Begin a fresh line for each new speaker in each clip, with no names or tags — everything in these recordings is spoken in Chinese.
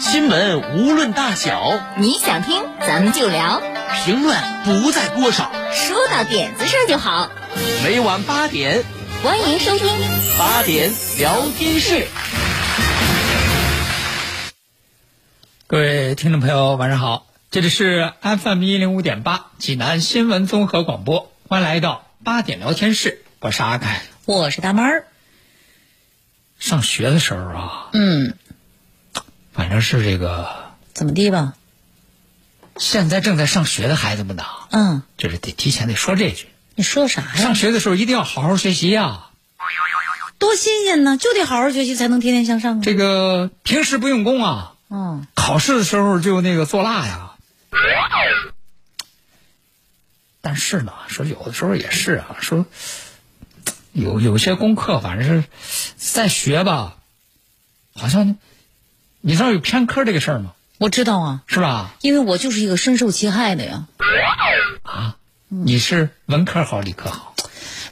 新闻无论大小，
你想听咱们就聊，
评论不在多少，
说到点子上就好。
每晚八点，
欢迎收听
八点聊天室。
各位听众朋友，晚上好，这里是 FM 一零五点八济南新闻综合广播，欢迎来到八点聊天室，我是阿凯。
我是大妹儿，
上学的时候啊，
嗯，
反正是这个
怎么地吧？
现在正在上学的孩子们呐，
嗯，
就是得提前得说这句，
你说啥呀
上？学的时候一定要好好学习呀、啊
多新鲜呢，就得好好学习才能天天向上啊。
这个平时不用功啊，
嗯，
考试的时候就那个作蜡呀。但是呢，说有的时候也是啊，说有有些功课，反正是在学吧，好像你知道有偏科这个事儿吗？
我知道啊，
是吧？
因为我就是一个深受其害的呀。
你是文科好，理科好？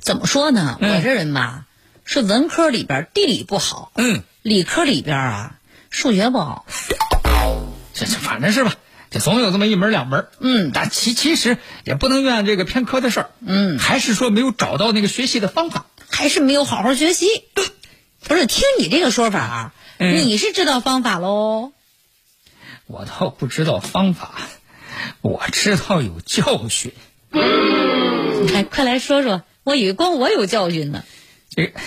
怎么说呢？
嗯
我这人吧，是文科里边地理不好，
嗯，
理科里边啊数学不好。
这这反正是吧，这总有这么一门儿两门儿。
嗯
但其其实也不能怨这个偏科的事儿。
嗯，
还是说没有找到那个学习的方法。
还是没有好好学习。 不是，听你这个说法啊，
嗯
你是知道方法喽？
我倒不知道方法，我知道有教训。
哎，快来说说，我以为光我有教训呢。
这个，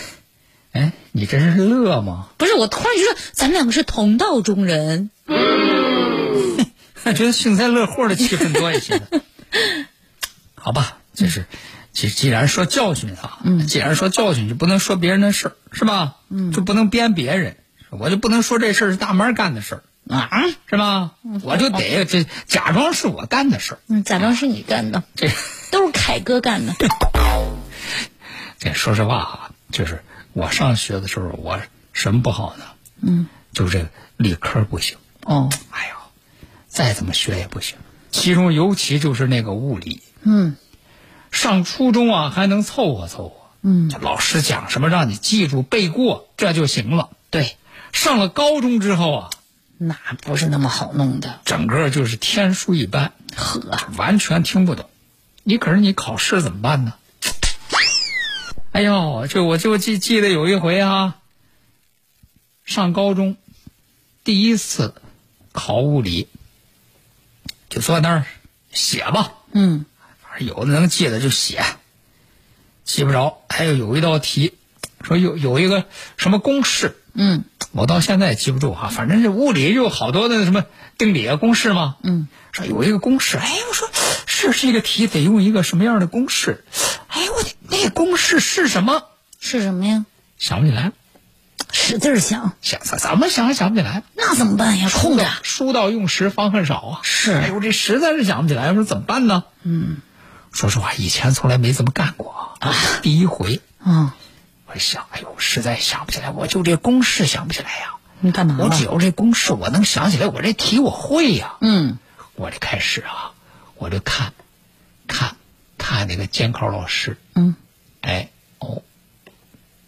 哎，你这是乐吗？
不是，我突然觉得咱们两个是同道中人。
我觉得幸灾乐祸的气氛多一些呢。 好吧，就是，既既然说教训啊，
嗯
既然说教训，就不能说别人的事儿，是吧？嗯，就不能编别人，我就不能说这事儿是大妈干的事儿。
啊，
是吧？我就得这假装是我干的事儿。
嗯，假装是你干的，
这
都是凯哥干的。
这说实话啊，就是我上学的时候，我什么不好呢？嗯，就是这个理科不行，
哦，
哎呦，再怎么学也不行。其中尤其就是那个物理，
嗯，
上初中啊还能凑合凑合，嗯，就老师讲什么让你记住背过，这就行了。
对，
上了高中之后啊，
那不是那么好弄的。
整个就是天书一般，
呵，啊
完全听不懂。你可是你考试怎么办呢？哎呦，这我就记记得有一回啊，上高中第一次考物理，就坐那儿写吧，
嗯，
反正有的能记得就写，记不着。还有有一道题，说有有一个什么公式，
嗯，
我到现在也记不住啊。反正这物理就有好多的什么定理啊、公式嘛，嗯，说有一个公式，哎，我说是这个题得用一个什么样的公式？哎，我得那公式是什么？
是什么呀？
想不起来了，
使劲儿想，
想怎怎么想也想不起来了。
那怎么办呀？
书
空
到
着。
书到用时方恨少啊！
是
哎呦，这实在是想不起来，我说怎么办呢？嗯，说实话，以前从来没这么干过啊，第一回。
嗯，
我一想，哎呦，实在想不起来，我就这公式想不起来呀、
你干嘛
我
了？
只有这公式，我能想起来，我这题我会呀、
嗯，
我就开始啊，我就看，看，看那个监考老师。
嗯。
哎，哦，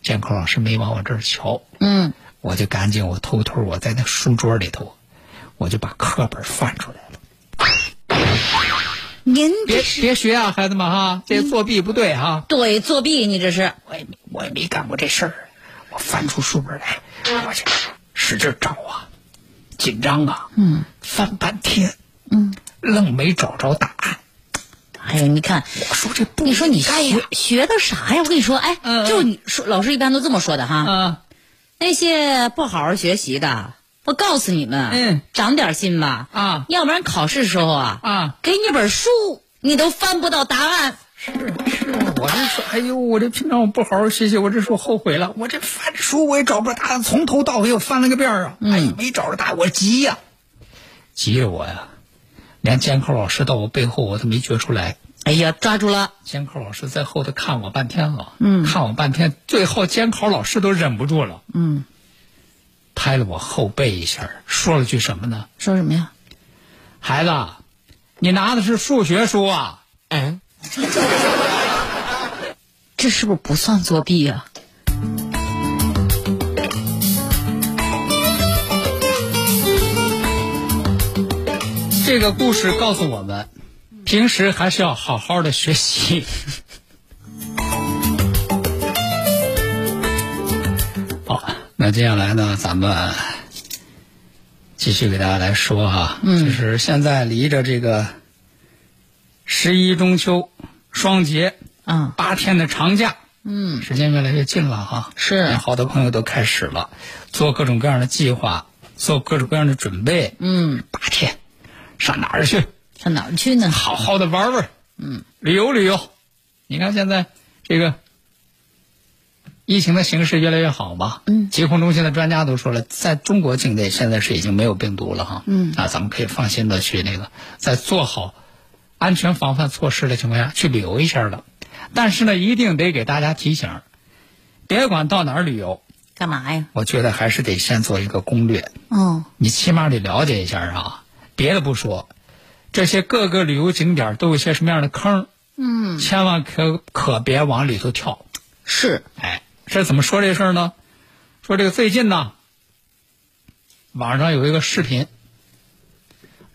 监考老师没往我这儿瞧。
嗯。
我就赶紧，我偷偷我在那书桌里头，我就把课本翻出来了。
您
别
这是
别学啊，孩子们哈，这作弊不对啊哈、
对作弊，你这是
我也没我也没干过这事儿，我翻出书本来，我就使劲找啊，紧张啊，嗯，翻半天，嗯，愣没找着答案。
哎呀，你看，
我说这不
你说你
应该
学
呀，
学的啥呀？我跟你说，哎，
嗯
就是你说老师一般都这么说的哈。
啊，
那些不好好学习的，我告诉你们，
嗯，
长点心吧，
啊
要不然考试时候啊，
啊，
给你本书，你都翻不到答案。
是是这我这说，哎呦，我这平常我不好好学习，我这说后悔了，我这翻书我也找不着答案，从头到尾我翻了个遍儿啊，
嗯
哎呀，没找着答案，我急呀、急着我呀，连监考老师到我背后我都没觉出来，
哎呀，抓住了，
监考老师在后头看我半天了，嗯，看我半天，最后监考老师都忍不住了，
嗯，
拍了我后背一下，说了句什么呢？
说什么呀？
孩子，你拿的是数学书啊？
嗯，这是不是不算作弊啊呀、
这个故事告诉我们，平时还是要好好的学习。好，那接下来呢，咱们继续给大家来说哈，
嗯
就是现在离着这个十一中秋、双节
啊？
八天的长假，
嗯，
时间越来越近了哈。
是
好多朋友都开始了，做各种各样的计划，做各种各样的准备。
嗯，
八天，上哪儿去？
上哪儿去呢？
好好的玩玩，嗯，旅游旅游。你看现在这个疫情的形势越来越好吧？嗯，疾控中心的专家都说了，在中国境内现在是已经没有病毒了哈。嗯，啊，咱们可以放心的去那个，在做好安全防范措施的情况下去旅游一下了。但是呢，一定得给大家提醒儿，别管到哪儿旅游，
干嘛呀？
我觉得还是得先做一个攻略。
哦，
你起码得了解一下啊。别的不说，这些各个旅游景点都有些什么样的坑，嗯，千万可可别往里头跳。
是，
哎，这怎么说这事儿呢？说这个最近呢，网上有一个视频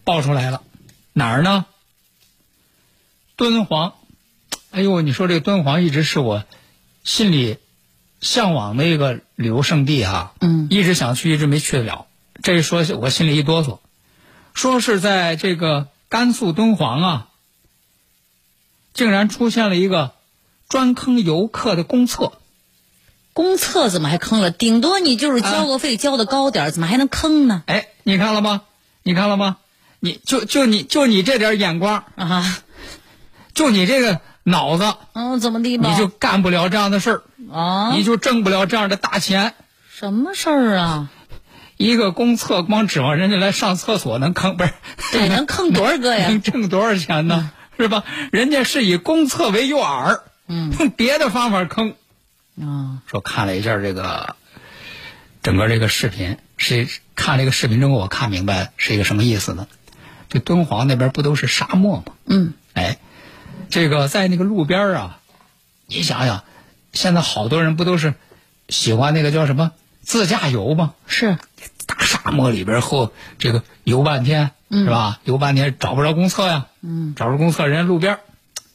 爆出来了，哪儿呢？敦煌。哎呦，你说这个敦煌一直是我心里向往的一个旅游胜地啊，
嗯，
一直想去，一直没去得了。这一说，我心里一哆嗦，说是在这个甘肃敦煌啊，竟然出现了一个专坑游客的公厕。
公厕怎么还坑了？顶多你就是交个费交的高点儿，怎么还能坑呢？
哎，你看了吗？你看了吗？你就就你就你这点眼光，
啊，
就你这个脑子，
嗯，怎么地吧？
你就干不了这样的事儿，
啊
你，就挣不了这样的大钱。
什么事儿啊？
一个公厕光指望人家来上厕所能坑不是？
对，能坑多少个呀
能？挣多少钱呢？是吧？人家是以公厕为诱饵，
嗯
用别的方法坑。
啊，
说看了一下这个整个这个视频，是看这个视频之后，我看明白是一个什么意思呢？这敦煌那边不都是沙漠吗？
嗯，
哎，这个在那个路边儿啊，你想想，现在好多人不都是喜欢那个叫什么自驾游吗？
是，
大沙漠里边后这个游半天，
嗯
是吧？游半天找不着公厕呀，嗯，找着公厕，人家路边儿，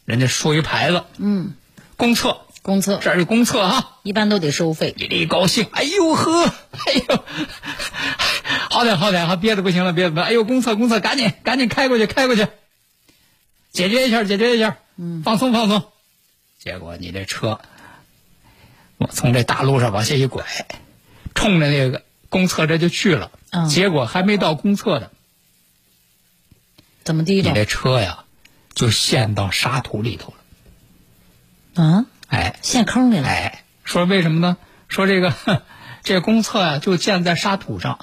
人家竖一牌子，
嗯，
公厕，
公厕
这儿有公厕啊，
一般都得收费。
你这一高兴，哎呦呵，哎呦，好点好点，哈，憋的不行了，憋的，哎呦，公厕公厕，赶紧赶紧开过去，开过去，解决一下，解决一下，嗯，放松放松。结果你这车，我从这大路上往下一拐，冲着那个公厕这就去了，
嗯
结果还没到公厕呢，
怎么地
你这
着？
车呀就陷到沙土里头了，
啊，
哎，
陷坑里了。
哎，说为什么呢？说这个这个公厕呀、就建在沙土上。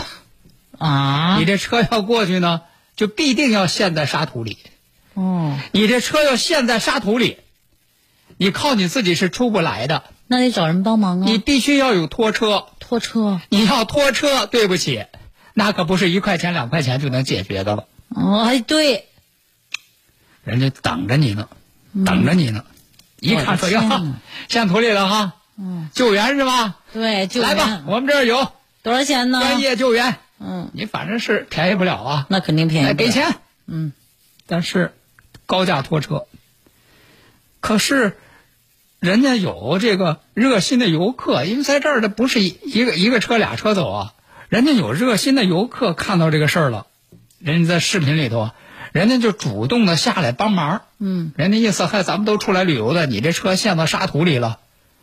啊
你，这车要过去呢，就必定要陷在沙土里。
哦，
你这车要陷在沙土里，你靠你自己是出不来的，
那得找人帮忙啊。
你必须要有拖车。
拖车，
你要拖车，对不起，那可不是一块钱两块钱就能解决的了，
哦，哎，对，
人家等着你呢，等着你呢。一看说
嗯我的天
哟
哪， 嗯
陷土里了哈，救援是吧？
对，就
来吧，我们这儿有
多少钱呢？
专业救援，
嗯，
你反正是便宜不了啊。
那肯定便宜
哎，
不了。
给钱。
嗯，
但是高价拖车，可是人家有这个热心的游客，因为在这儿的不是一一个一个车俩车走啊，人家有热心的游客看到这个事儿了，人家在视频里头啊，人家就主动的下来帮忙。
嗯，
人家意思，嗨，咱们都出来旅游的，你这车陷到沙土里了，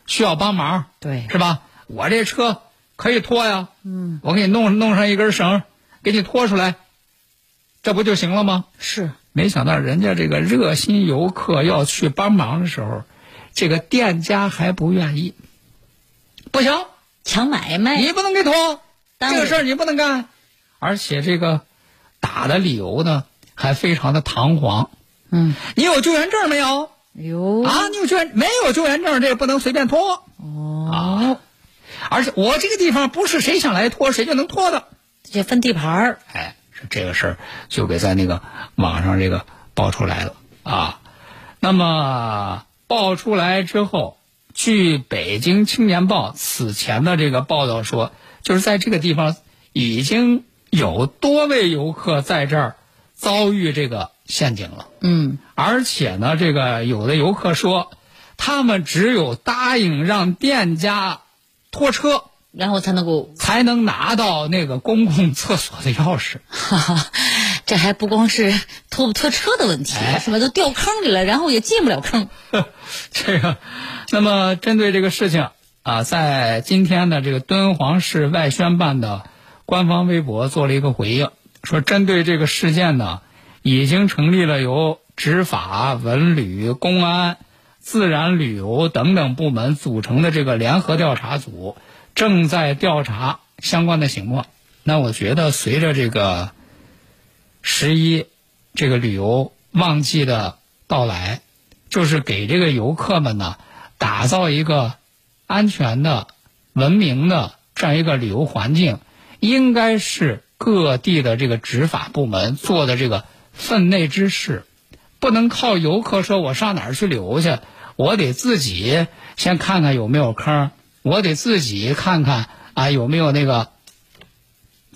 需要帮忙，
对
是吧？我这车可以拖呀，嗯，我给你弄弄上一根绳儿，给你拖出来，这不就行了吗？
是
没想到人家这个热心游客要去帮忙的时候，这个店家还不愿意，不行，
抢买卖
你不能给拖，
耽误
这个事儿你不能干。而且这个打的理由呢，还非常的堂皇。
嗯，
你有救援证没有？
哎哟
啊，你有救援没有救援证，这也不能随便拖。哦、啊，而且我这个地方不是谁想来拖谁就能拖的。
这分地盘儿，
哎，这个事儿就给在那个网上这个爆出来了啊。那么爆出来之后，据北京青年报此前的这个报道说，就是在这个地方已经有多位游客在这儿遭遇这个陷阱了。
嗯，
而且呢，这个有的游客说，他们只有答应让店家拖车，
然后才能够，
才能拿到那个公共厕所的钥匙。
哈哈，这还不光是拖不拖车的问题，
哎
是吧？都掉坑里了，然后也进不了坑。
这个，那么针对这个事情啊，在今天的这个敦煌市外宣办的官方微博做了一个回应，说针对这个事件呢，已经成立了由执法、文旅、公安、自然旅游等等部门组成的这个联合调查组，正在调查相关的情况。那我觉得，随着这个十一这个旅游旺季的到来，就是给这个游客们呢，打造一个安全的、文明的这样一个旅游环境，应该是各地的这个执法部门做的这个分内之事，不能靠游客说我上哪儿去旅游去，我得自己先看看有没有坑，我得自己看看啊有没有那个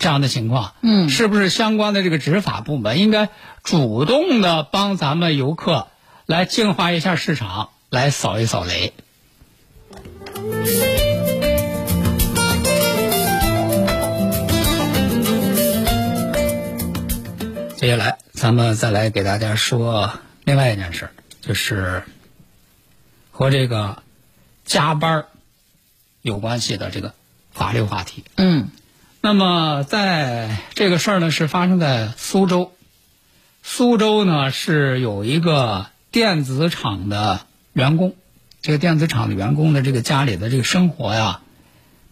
这样的情况，
嗯
是不是相关的这个执法部门应该主动的帮咱们游客来净化一下市场，来扫一扫雷？接下来，咱们再来给大家说另外一件事儿，就是和这个加班儿有关系的这个法律话题。
嗯
那么，在这个事儿呢，是发生在苏州。苏州呢是有一个电子厂的员工，这个电子厂的员工的这个家里的这个生活呀，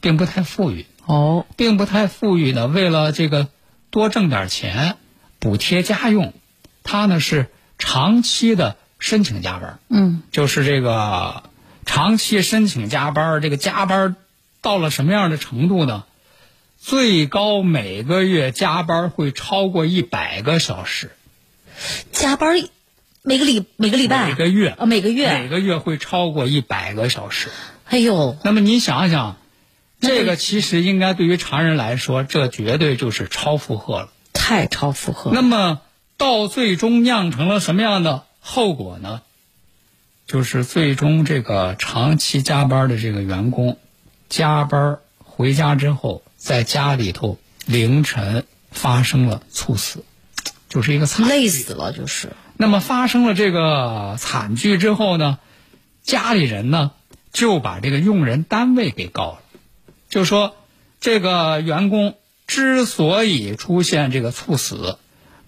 并不太富裕，
哦，
并不太富裕呢。为了这个多挣点钱，补贴家用，他呢是长期的申请加班。
嗯
就是这个长期申请加班儿，这个加班儿到了什么样的程度呢？最高每个月加班儿会超过一百个小时，
加班儿每个礼每个礼拜
每个月
啊每个
每
月，
个月会超过一百个小时。
哎呦，
那么你想想，这个其实应该对于常人来说，这绝对就是超负荷了。
太超负荷了。
那么到最终酿成了什么样的后果呢？就是最终这个长期加班的这个员工，加班回家之后，在家里头凌晨发生了猝死，就是一个惨
累死了，就是
那么发生了这个惨剧之后呢，家里人呢就把这个用人单位给告了，就说这个员工之所以出现这个猝死，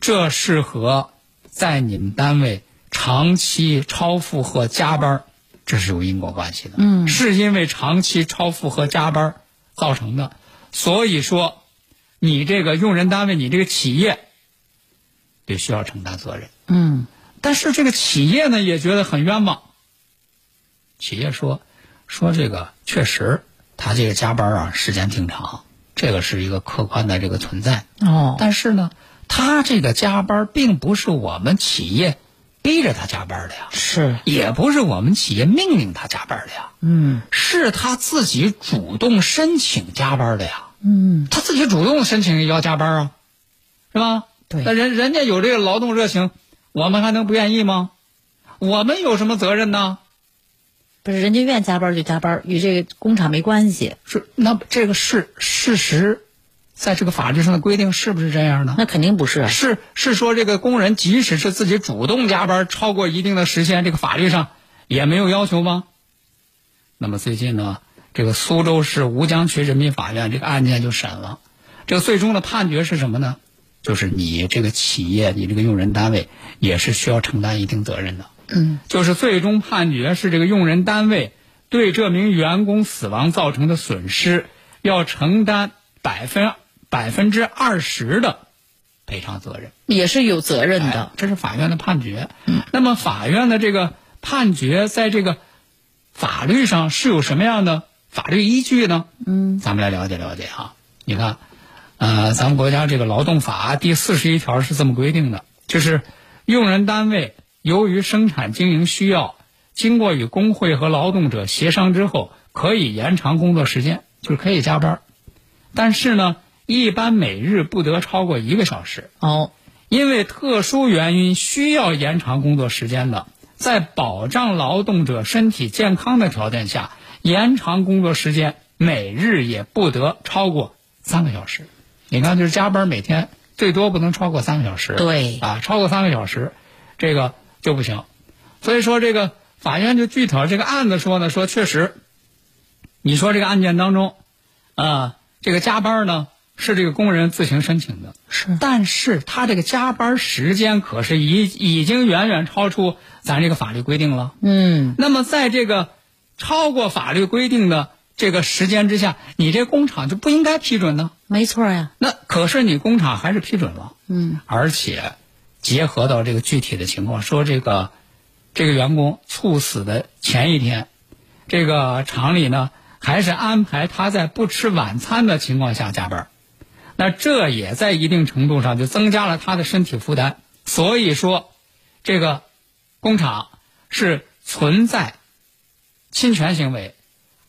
这是和在你们单位长期超负荷加班儿，这是有因果关系的。嗯，是因为长期超负荷加班儿造成的，所以说你这个用人单位，你这个企业得需要承担责任。
嗯
但是这个企业呢也觉得很冤枉。企业说说这个确实，他这个加班啊时间挺长，这个是一个客观的这个存在。
哦，
但是呢，他这个加班并不是我们企业逼着他加班的呀，
是
也不是我们企业命令他加班的呀，
嗯
是他自己主动申请加班的呀。
嗯
他自己主动申请要加班啊，是吧？
对
那人人家有这个劳动热情，我们还能不愿意吗？我们有什么责任呢？
不是人家愿加班就加班，与这个工厂没关系，
是那这个事事实，在这个法律上的规定是不是这样呢？
那肯定不是。
是是说这个工人即使是自己主动加班超过一定的时限，这个法律上也没有要求吗？那么最近呢，这个苏州市吴江区人民法院这个案件就审了，这个最终的判决是什么呢？就是你这个企业，你这个用人单位也是需要承担一定责任的。嗯，就是最终判决是这个用人单位对这名员工死亡造成的损失要承担百分百分之二十的赔偿责任。
也是有责任
哎嗯
的，，
这是法院的判决。那么法院的这个判决在这个法律上是有什么样的法律依据呢？嗯，咱们来了解了解啊。你看，呃，咱们国家这个劳动法第四十一条是这么规定的，就是用人单位由于生产经营需要，经过与工会和劳动者协商之后，可以延长工作时间，就是可以加班儿，但是呢，一般每日不得超过一个小时。
哦，
因为特殊原因需要延长工作时间的，在保障劳动者身体健康的条件下，延长工作时间每日也不得超过三个小时。你看，就是加班每天最多不能超过三个小时，
对
啊，超过三个小时，这个就不行。所以说，这个法院就具体这个案子说呢，说确实，你说这个案件当中，啊、这个加班呢是这个工人自行申请的，
是
但是他这个加班时间可是已已经远远超出咱这个法律规定了。
嗯，
那么在这个超过法律规定的这个时间之下，你这工厂就不应该批准呢。
没错呀，
那可是你工厂还是批准了，
嗯，
而且结合到这个具体的情况，说这个这个员工猝死的前一天，这个厂里呢还是安排他在不吃晚餐的情况下加班儿，那这也在一定程度上就增加了他的身体负担。所以说，这个工厂是存在侵权行为，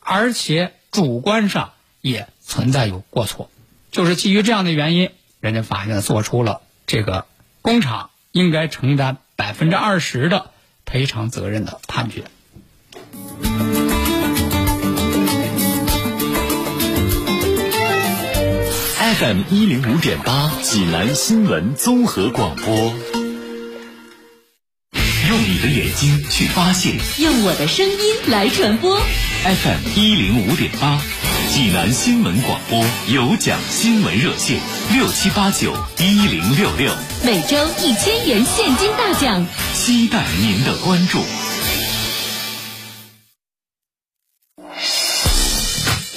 而且主观上也存在有过错。就是基于这样的原因，人家法院做出了这个工厂应该承担百分之二十的赔偿责任的判决。
FM 一零五点八，济南新闻综合广播。用你的眼睛去发现
用我的声音来传播。
FM 一零五点八，济南新闻广播有奖新闻热线六七八九一零六六，
每周一千元现金大奖，
期待您的关注。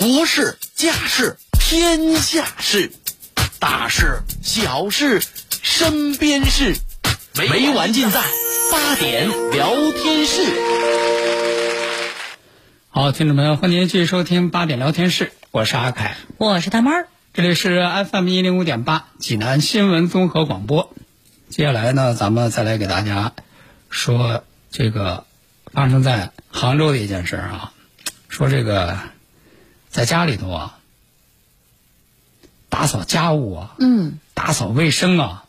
国事、家事、天下事，大事、小事、身边事，没完尽在八点聊天室。
好，听众朋友，欢迎您继续收听八点聊天室，我是阿凯，
我是大妈儿，
这里是 FM 一零五点八济南新闻综合广播。接下来呢，咱们再来给大家说这个发生在杭州的一件事儿啊，说这个在家里头啊，打扫家务啊，
嗯
打扫卫生啊，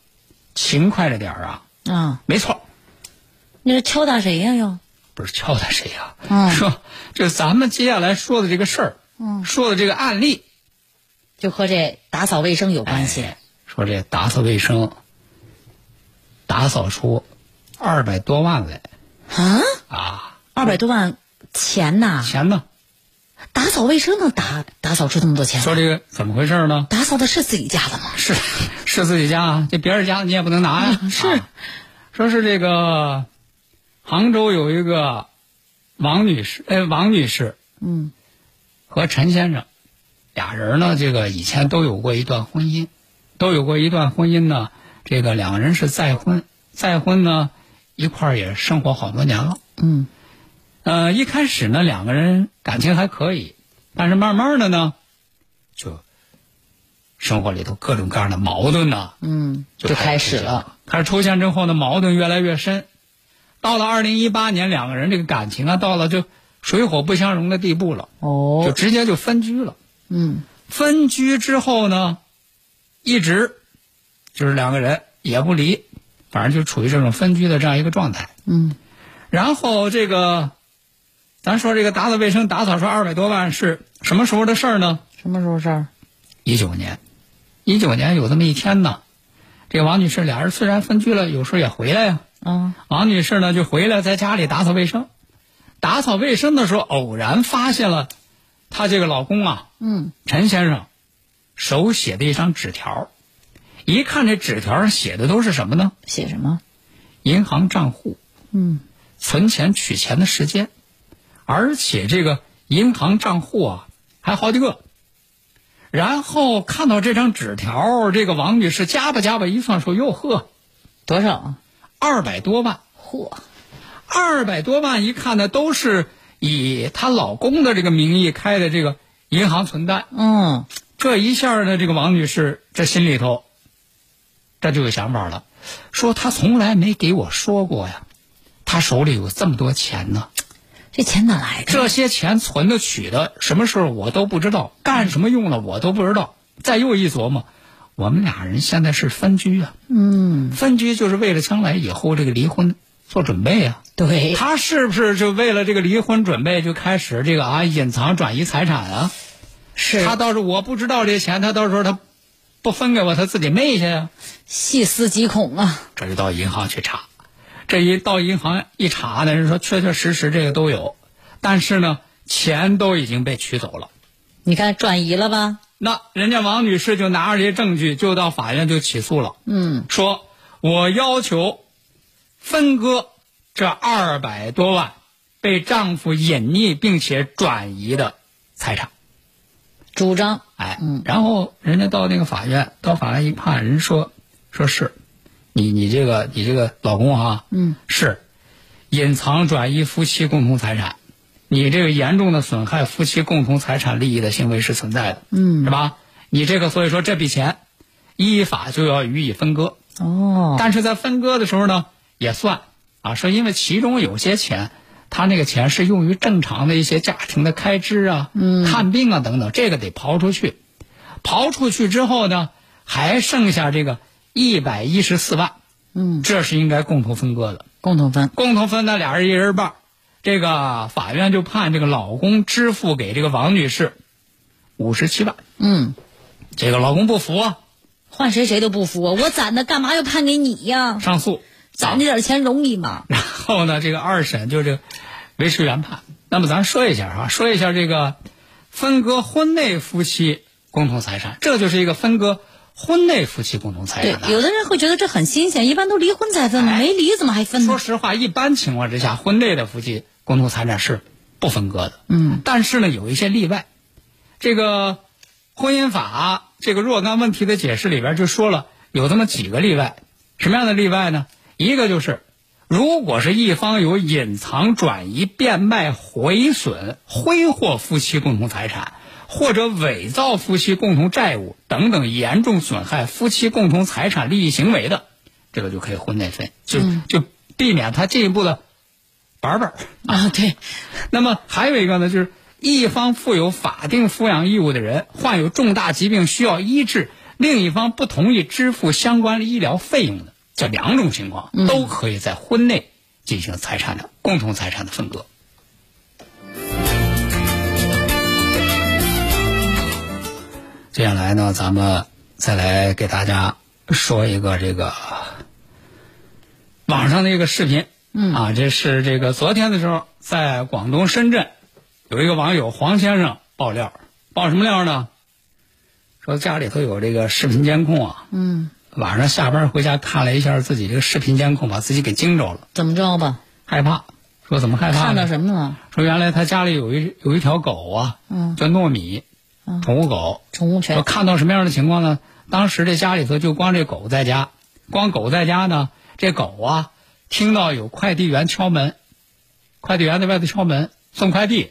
勤快着点儿啊。
啊，
没错，
你是敲打谁呀、又？
不是敲打谁呀、
嗯
说就咱们接下来说的这个事儿，
嗯
说的这个案例，
就和这打扫卫生有关系。
哎说这打扫卫生，打扫出二百多万来
啊，
啊！
二百多万钱呐、
钱呢？
打扫卫生能打打扫出这么多钱？
说这个怎么回事呢？
打扫的是自己家的吗？
是是自己家啊，这别人家的你也不能拿呀、是、说是这个杭州有一个王女士，哎，王女士
嗯，
和陈先生俩人呢，这个以前都有过一段婚姻，都有过一段婚姻呢。这个两个人是再婚，再婚呢一块儿也生活好多年了。
嗯，
呃，一开始呢，两个人感情还可以，但是慢慢的呢，就生活里头各种各样的矛盾呢，
嗯，就开始了。。
开始出现之后呢，矛盾越来越深，到了二零一八年，两个人这个感情啊，到了就水火不相容的地步了，就
哦，
直接就分居了。
嗯，
分居之后呢，一直就是两个人也不离，反正就处于这种分居的这样一个状态。
嗯，
然后这个，咱说这个打扫卫生打扫出二百多万是什么时候的事儿呢？
什么时候事儿？
一九年，一九年有这么一天呢，这王女士俩人虽然分居了，有时候也回来呀、
啊，
王女士呢就回来在家里打扫卫生，打扫卫生的时候偶然发现了她这个老公啊，
嗯，
陈先生手写的一张纸条，一看这纸条上写的都是什么呢？
写什么？
银行账户，
嗯，
存钱取钱的时间，而且这个银行账户啊还好几个。然后看到这张纸条，这个王女士夹吧夹吧一算，说：“哟呵，
多少啊？
二百多万，
嚯，
二百多万！”一看呢，都是以她老公的这个名义开的这个银行存单。
嗯，
这一下呢，这个王女士这心里头，这就有想法了，说她从来没给我说过呀，她手里有这么多钱呢，
这钱哪来的？
这些钱存的取的，什么时候我都不知道，干什么用了我都不知道。再又一琢磨，我们俩人现在是分居啊，
嗯，
分居就是为了将来以后这个离婚做准备啊。
对，
他是不是就为了这个离婚准备就开始这个啊隐藏转移财产啊？
是
他到时候我不知道这钱，他到时候他不分给我，他自己昧去呀。
细思极恐啊！
这就到银行去查，这一到银行一查呢，人说确确实实这个都有，但是呢，钱都已经被取走了。
你看转移了吧？
那人家王女士就拿着这些证据，就到法院就起诉了。嗯，说我要求分割这二百多万被丈夫隐匿并且转移的财产。
主张
哎，然后人家到那个法院，到法院一判，人说说是，你你这个你这个老公啊，嗯，是隐藏转移夫妻共同财产，你这个严重的损害夫妻共同财产利益的行为是存在的，嗯，是吧？你这个所以说这笔钱，依法就要予以分割，
哦，
但是在分割的时候呢，也算啊，说因为其中有些钱，他那个钱是用于正常的一些家庭的开支啊，嗯，看病啊等等，这个得刨出去。刨出去之后呢，还剩下这个一百一十四万，
嗯，
这是应该共同分割的。
共同分，
共同分呢，俩人一人半儿。这个法院就判这个老公支付给这个王女士五十七万，
嗯，
这个老公不服啊，
换谁谁都不服啊！我攒的干嘛要判给你呀？
上诉。
攒这点钱容易吗？
然后呢，这个二审就这个维持原判。那么咱说一下啊，说一下这个分割婚内夫妻共同财产，这就是一个分割婚内夫妻共同财
对
产的，
有的人会觉得这很新鲜，一般都离婚才分，没离怎么还分
哎说
呢？
实话，一般情况之下，婚内的夫妻共同财产是不分割的。
嗯，
但是呢，有一些例外。这个婚姻法这个若干问题的解释里边就说了有这么几个例外。什么样的例外呢？一个就是，如果是一方有隐藏、转移、变卖、毁损、挥霍夫妻共同财产，或者伪造夫妻共同债务等等严重损害夫妻共同财产利益行为的，这个就可以婚内分，就、就避免他进一步的玩玩。
啊，对，
那么还有一个呢，就是一方负有法定抚养义务的人患有重大疾病需要医治，另一方不同意支付相关的医疗费用的，这两种情况都可以在婚内进行财产的共同财产的分割。接下来呢，咱们再来给大家说一个这个网上的一个视频，嗯啊，这是这个昨天的时候，在广东深圳，有一个网友黄先生爆料，爆什么料呢？说家里头有这个视频监控啊，
嗯，
晚上下班回家看了一下自己这个视频监控，把自己给惊着了，
怎么着吧？
害怕，说怎么害怕呢？
看到什么了？
说原来他家里有一有一条狗啊，
嗯
叫糯米，
嗯
宠物狗，
宠物
说
犬，
看到什么样的情况呢？当时这家里头就光这狗在家，光狗在家呢，这狗啊，听到有快递员敲门，快递员在外头敲门送快递，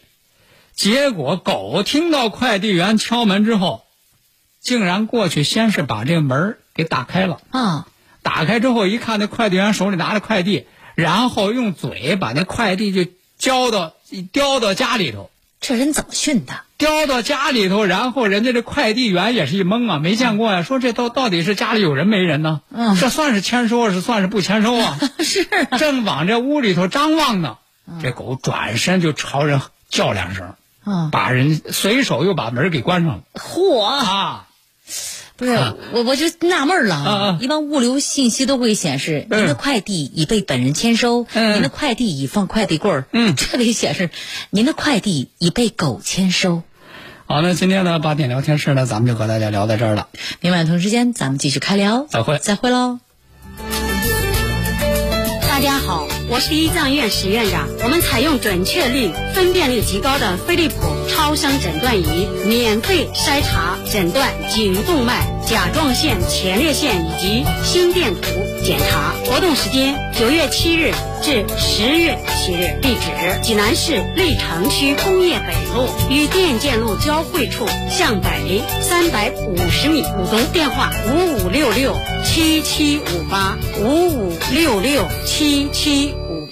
结果狗听到快递员敲门之后，竟然过去先是把这个门儿给打开了，
啊，
打开之后一看，那快递员手里拿着快递，然后用嘴把那快递就交到叼到家里头。
这人怎么训的？
叼到家里头，然后人家这快递员也是一懵啊，没见过呀、说这都到底是家里有人没人呢？
嗯
这算是签收是算是不签收啊？
是啊，嗯
正往这屋里头张望呢，这狗转身就朝人叫两声，
啊
把人随手又把门给关上了
嚯！
啊！
不是
啊
我，我就纳闷了
啊啊
一般物流信息都会显示
嗯
您的快递已被本人签收，
嗯
您的快递已放快递柜儿。
嗯
这里显示您的快递已被狗签收。
好，那今天呢八点聊天室呢，咱们就和大家聊到这儿了。
明晚同时间咱们继续开聊，
再会
再会喽。
大
家好，
我是一藏医院史院长。我们采用准确率、分辨率极高的飞利浦超声诊断仪，免费筛查诊断颈动脉、甲状腺、前列腺以及心电图检查。活动时间：九月七日至十月七日。地址：济南市历城区工业北路与电建路交汇处向北三百五十米路东。电话：五五六六七七五八五五六六七七五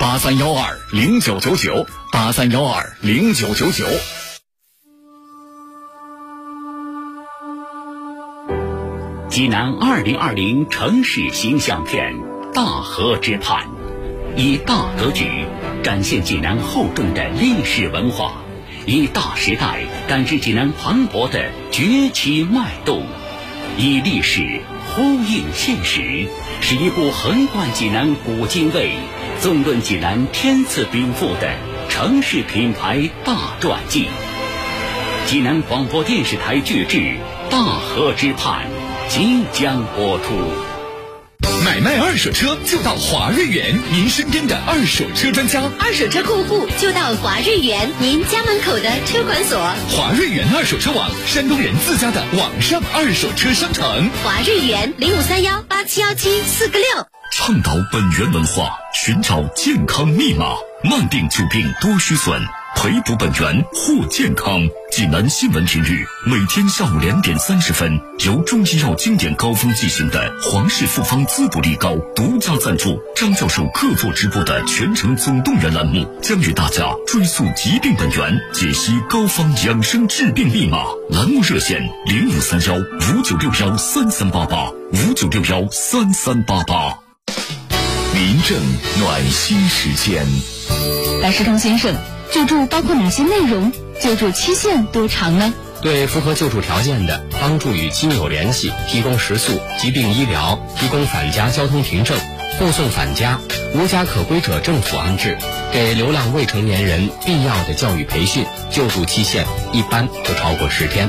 八三幺二零九九九八三幺二零九九九。
济南二零二零城市形象片《大河之畔》，以大格局展现济南厚重的历史文化，以大时代感知济南磅礴的崛起脉动，以历史呼应现实，是一部横贯济南古今味、纵论济南天赐禀赋的城市品牌大传记。济南广播电视台剧制《大河之畔》即将播出。
买卖二手车就到华瑞源，您身边的二手车专家。
二手车过户就到华瑞源，您家门口的车管所。
华瑞源二手车网，山东人自家的网上二手车商城，
华瑞源零五三幺八七幺七四个六。
倡导本源文化，寻找健康密码，慢病久病多虚损，培补本源护健康。济南新闻频率每天下午两点三十分，由中医药经典膏方进行的皇氏复方滋补力膏独家赞助，张教授客座直播的全程总动员栏目，将与大家追溯疾病本源，解析膏方养生治病密码。栏目热线零五三幺五九六幺三三八八五九六幺三三八八。民政暖心时间，
白世通先生，救助包括哪些内容？救助期限多长呢？
对符合救助条件的，帮助与亲友联系，提供食宿、疾病医疗，提供返家交通凭证，护送返家；无家可归者政府安置，给流浪未成年人必要的教育培训。救助期限一般不超过十天。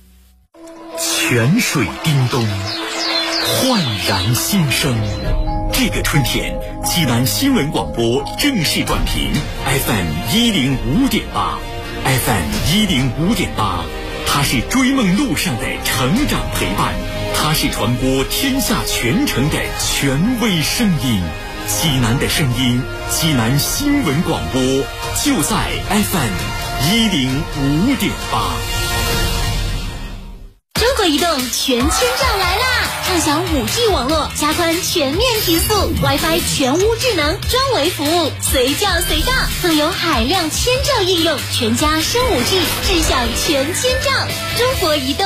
泉水叮咚，焕然新生。这个春天，济南新闻广播正式转频 FM 一零五点八，FM 一零五点八，它是追梦路上的成长陪伴，它是传播天下全城的权威声音。济南的声音，济南新闻广播，就在 FM 一零五点八。
中国移动全千兆来啦！畅享 5G 网络，加宽全面提速，WiFi 全屋智能专为服务，随叫随到，更有海量千兆应用，全家升 5G，智享全千兆。中国移动。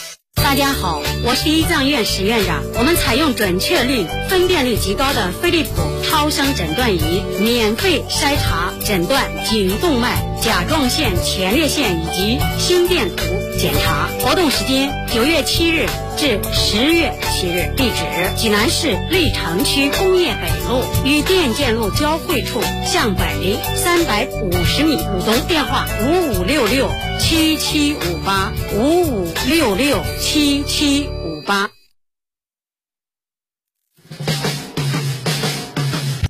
大家好，
我是一藏医院史院长。我们采用准确率、分辨率极高的飞利浦超声诊断仪，免费筛查诊断颈动脉、甲状腺前列腺以及心电图检查。活动时间：九月七日至十月七日。地址：济南市历城区工业北路与电建路交汇处向北三百五十米路东。电话：五五六六七七五八五五六六七七。